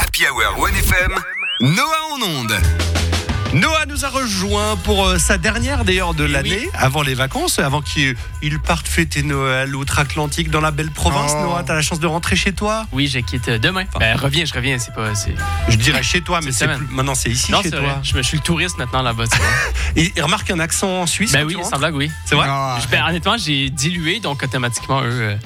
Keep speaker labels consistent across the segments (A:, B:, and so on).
A: Happy Hour 1FM, Noah en onde. Noah nous a rejoint pour euh, sa dernière d'ailleurs de l'année, avant les vacances, avant qu'il il parte fêter Noël outre-Atlantique dans la belle province.
B: Oh.
A: Noah, t'as la chance de rentrer chez toi
B: Oui, je quitte euh, demain. Ben, reviens, je reviens, c'est pas. c'est-
A: Je dirais chez toi, mais
B: Cette
A: c'est
B: semaine.
A: plus- maintenant c'est ici
B: Non,
A: chez
B: c'est
A: toi.
B: vrai. Je, me- je suis le touriste maintenant là-bas, tu vois.
A: Et, et remarque un accent en suisse.
B: ben
A: quand
B: oui,
A: tu rentres.
B: sans blague, oui.
A: Bah c'est vrai.
C: Ah,
B: Je- ben, honnêtement, j'ai dilué, donc automatiquement, eux. euh,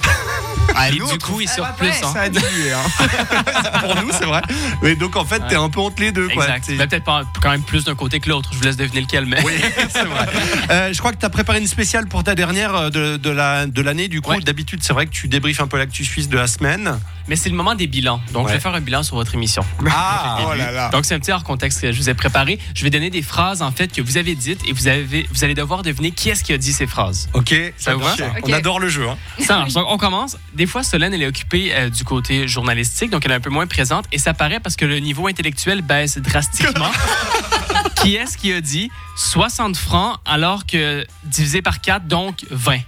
C: ah,
B: et
C: nous,
B: du
C: on trouve-
B: coup, ils
C: Ah,
B: sortent
C: bah,
B: plus. hein.
C: Ça a dilué, hein.
A: Pour nous, c'est vrai. Mais donc en fait, t'es un peu entre les deux. Quoi.
B: Exact.
A: T'es-
B: Ben, peut-être pas- quand même plus d'un côté que l'autre. Je vous laisse deviner lequel, mais.
A: Oui, c'est vrai. Euh, je crois que tu as préparé une spéciale pour ta dernière euh, de, de la- de l'année. du coup,
B: Ouais.
A: d'habitude, c'est vrai que tu débriefes un peu l'actu suisse de la semaine.
B: Mais c'est le moment des bilans. Donc, je
A: Ouais.
B: vais faire un bilan sur votre émission.
A: Ah,
C: Oh là là.
B: Donc, c'est un petit hors contexte que je vous ai préparé. Je vais donner des phrases, en fait, que vous avez dites et vous, avez, vous allez devoir deviner qui est-ce qui a dit ces phrases.
A: ok, ça
B: Ça vous va?
A: marche.
D: Ok.
A: On adore le jeu. hein.
B: Ça marche. Donc, on commence. Des fois, Solène, elle est occupée euh, du côté journalistique, donc elle est un peu moins présente. Et ça paraît parce que le niveau intellectuel baisse drastiquement. qui est-ce qui a dit 60 francs alors que divisé par 4, donc 20?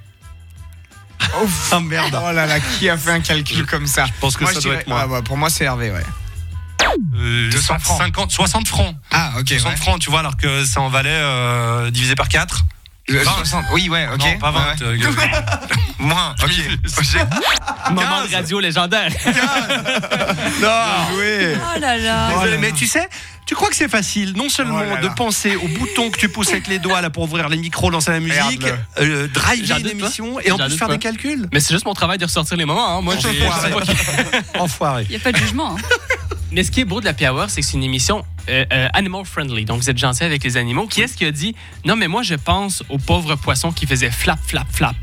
C: Ouf.
A: Ah merde.
C: Oh là là, qui a fait un calcul comme ça
A: Je pense que ça
C: je
A: doit
C: dirais-
A: être moi.
C: Ah, bah, pour moi, c'est Hervé, ouais.
A: Euh,
C: 200 francs.
A: 50, 60 francs.
C: Ah, ok.
A: 60 francs, tu vois, alors que ça en valait euh, divisé par 4. Euh,
C: Oui, ouais, ok.
A: Non, pas 20.
C: Ouais, ouais.
A: euh, gueule.
C: Moins, ok.
B: Moment de radio légendaire.
A: non.
C: Joué.
D: Oh là là.
A: Désolé,
C: là
A: mais
C: là.
A: tu sais, tu crois que c'est facile non seulement
C: Oh là
A: de
C: là.
A: penser au bouton que tu pousses avec les doigts là pour ouvrir les micros, lancer la musique,
C: Regarde-le.
A: euh, driver
B: J'en
A: une
B: doute pas.
A: émission et en
B: J'en
A: plus
B: doute
A: faire
B: pas.
A: des calculs.
B: Mais c'est juste mon travail de ressortir les moments. hein. Moi, j'ai- je sais pas qui-
A: Enfoiré.
D: Il n'y a pas de jugement. hein.
B: Mais ce qui est beau de la Power, c'est que c'est une émission euh, euh, animal friendly. Donc, vous êtes gentil avec les animaux. Qui est-ce qui a dit Non, mais moi, je pense au pauvre poisson qui faisait flap, flap, flap.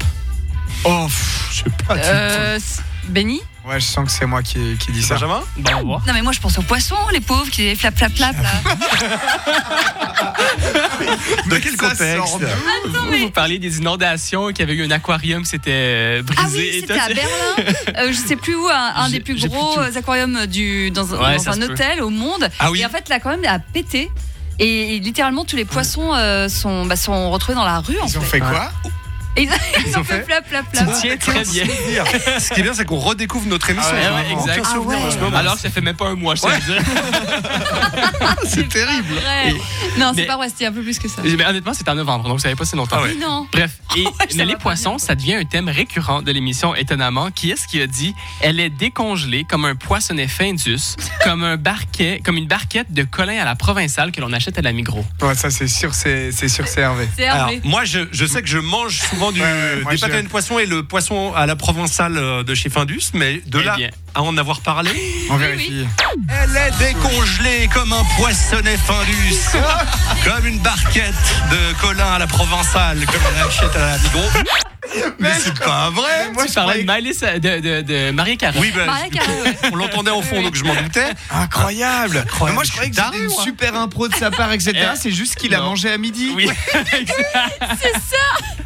C: Oh, pff,
A: Je sais pas. tu-
D: Euh, c'est- Benny
C: ouais, je sens que c'est moi qui, qui dis ça.
A: Benjamin
B: Bon, au revoir.
D: Non mais moi je pense aux poissons, les pauvres qui flap flap flap là.
A: De quel
C: Ça sort
A: contexte
C: d'où
D: Non
B: Vous,
D: mais
B: vous parliez des inondations, qu'il y avait eu un aquarium qui s'était euh, brisé.
D: ah oui,
B: et
D: c'était
B: tout.
D: à Berlin. Euh, je sais plus où, un, un
B: J'ai-
D: des plus
B: j'ai plus
D: gros
B: tout.
D: euh, aquariums du dans, un-
B: Ouais,
D: dans
B: ça
D: un
B: se peut.
D: hôtel au monde.
A: Ah oui.
D: Et en fait là quand même a pété. Et littéralement tous les poissons euh, sont bah, sont retrouvés dans la rue en
C: Ils ont
D: fait.
C: fait quoi
D: Et ils, ils
A: ont
D: ont
A: fait
D: fait flap flap
B: Tu
D: flap.
B: tiens très bien.
A: Ce qui est bien, c'est qu'on redécouvre notre émission.
C: Ah ouais,
A: J'en
B: ouais,
A: ai
B: exact.
A: aucun
D: Ah
A: souvenir
D: ouais.
A: en ce moment.
B: Alors que ça fait même pas un mois, je sais dire.
D: C'est terrible. Non c'est
B: Mais-
D: pas vrai, c'était un peu plus que ça.
B: Mais honnêtement, c'était en novembre, donc ça n'avait pas si longtemps.
A: Ah ouais.
D: Non.
B: Bref, et
D: ça
B: mais
D: va
B: les
D: pas
B: poissons,
D: bien.
B: ça devient un thème récurrent de l'émission, étonnamment. Qui est-ce qui a dit Elle est décongelée comme un poissonnet Findus, comme, un barquet, comme une barquette de colin à la provençale que l'on achète à la Migros.
C: Ouais, ça, c'est sûr, c'est c'est sûr, c'est Hervé.
D: C'est
A: Alors,
D: Hervé.
A: moi, je, je sais que je mange souvent du,
C: Ouais, ouais, moi,
A: des
C: je-
A: pâtés de poisson et le poisson à la provençale euh, de chez Findus, mais de
B: Eh
A: là
B: bien.
A: à en avoir parlé.
C: On
D: oui.
C: vérifie.
A: Elle est décongelée comme un poissonnet Findus, comme une barquette de Colin à la provençale, comme on achète à la Migros. Mais c'est pas vrai.
C: Moi,
B: tu
C: je
B: parlais
C: parlais
B: de, Miley, Sa- de, de, de Marie-Carré.
A: Oui, ben,
D: Maria Carré, ouais.
A: on l'entendait au fond,
D: Oui.
A: donc je m'en doutais.
C: Ah, Incroyable. Mais Moi,
A: Je suis
C: je croyais que c'était
A: taré,
C: une
A: moi.
C: super impro de sa part, etc.
B: Eh,
C: C'est juste qu'il a
B: non.
C: mangé à midi.
B: Oui.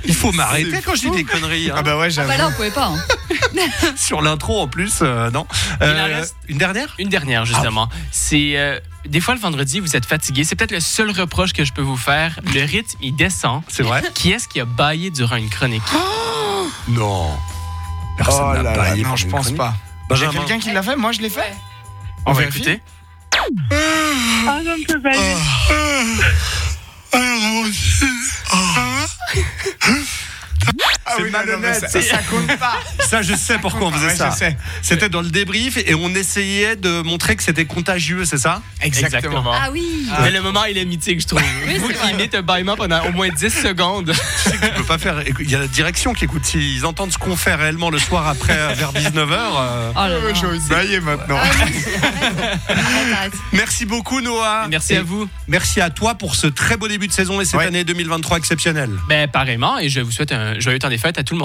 A: Il faut m'arrêter
C: C'est
A: quand je dis
C: fou.
A: des conneries. hein.
C: Ah bah ouais,
D: Ah
C: j'avoue.
D: bah là on pouvait pas. hein.
A: Sur l'intro en plus, euh, non.
B: en reste.
A: Une dernière
B: Une dernière, justement.
D: Ah.
B: C'est. euh, des fois, le vendredi, vous êtes fatigué. C'est peut-être le seul reproche que je peux vous faire. Le rythme, il descend.
A: C'est vrai
B: Qui est-ce qui a baillé durant une chronique?
D: Ah,
A: Non.
C: Oh
A: Personne n'a
C: là là,
A: baillé
C: non,
A: pour
C: je
A: une
C: pense
A: chronique.
C: pas. Il y a
A: Benjamin.
C: quelqu'un qui l'a fait Moi, je l'ai fait.
B: On va
C: vérifie
B: écouter.
E: Ah, je ne peux pas dire.
C: Ah
A: C'est
C: Ah oui, non, non, mais
A: malhonnête.
C: Ça, ça compte pas.
A: Ça, je sais pourquoi on faisait
C: Ouais,
A: ça.
C: je sais.
A: C'était dans le débrief et on essayait de montrer que c'était contagieux, c'est ça
C: Exactement.
D: Ah oui.
B: Mais le moment, il est mythique, je trouve.
D: Oui,
B: Vous
D: c'est
B: qui
D: vrai.
B: imitez un bâillement pendant au moins 10 secondes.
A: Tu peux pas faire. écoute, Il y a la direction qui écoute. S'ils entendent ce qu'on fait réellement le soir après euh, vers 19h.
D: Oh là là.
C: Euh, J'ai envie de bailler maintenant.
D: Ah, oui. Arrête, arrête.
A: Merci beaucoup, Noah.
B: Merci
A: Et
B: à vous.
A: Merci à toi pour ce très beau début de saison et cette
C: Ouais.
A: année 2023 exceptionnelle.
B: Ben, pareillement, et je vous souhaite un joyeux temps des fêtes à tout le monde.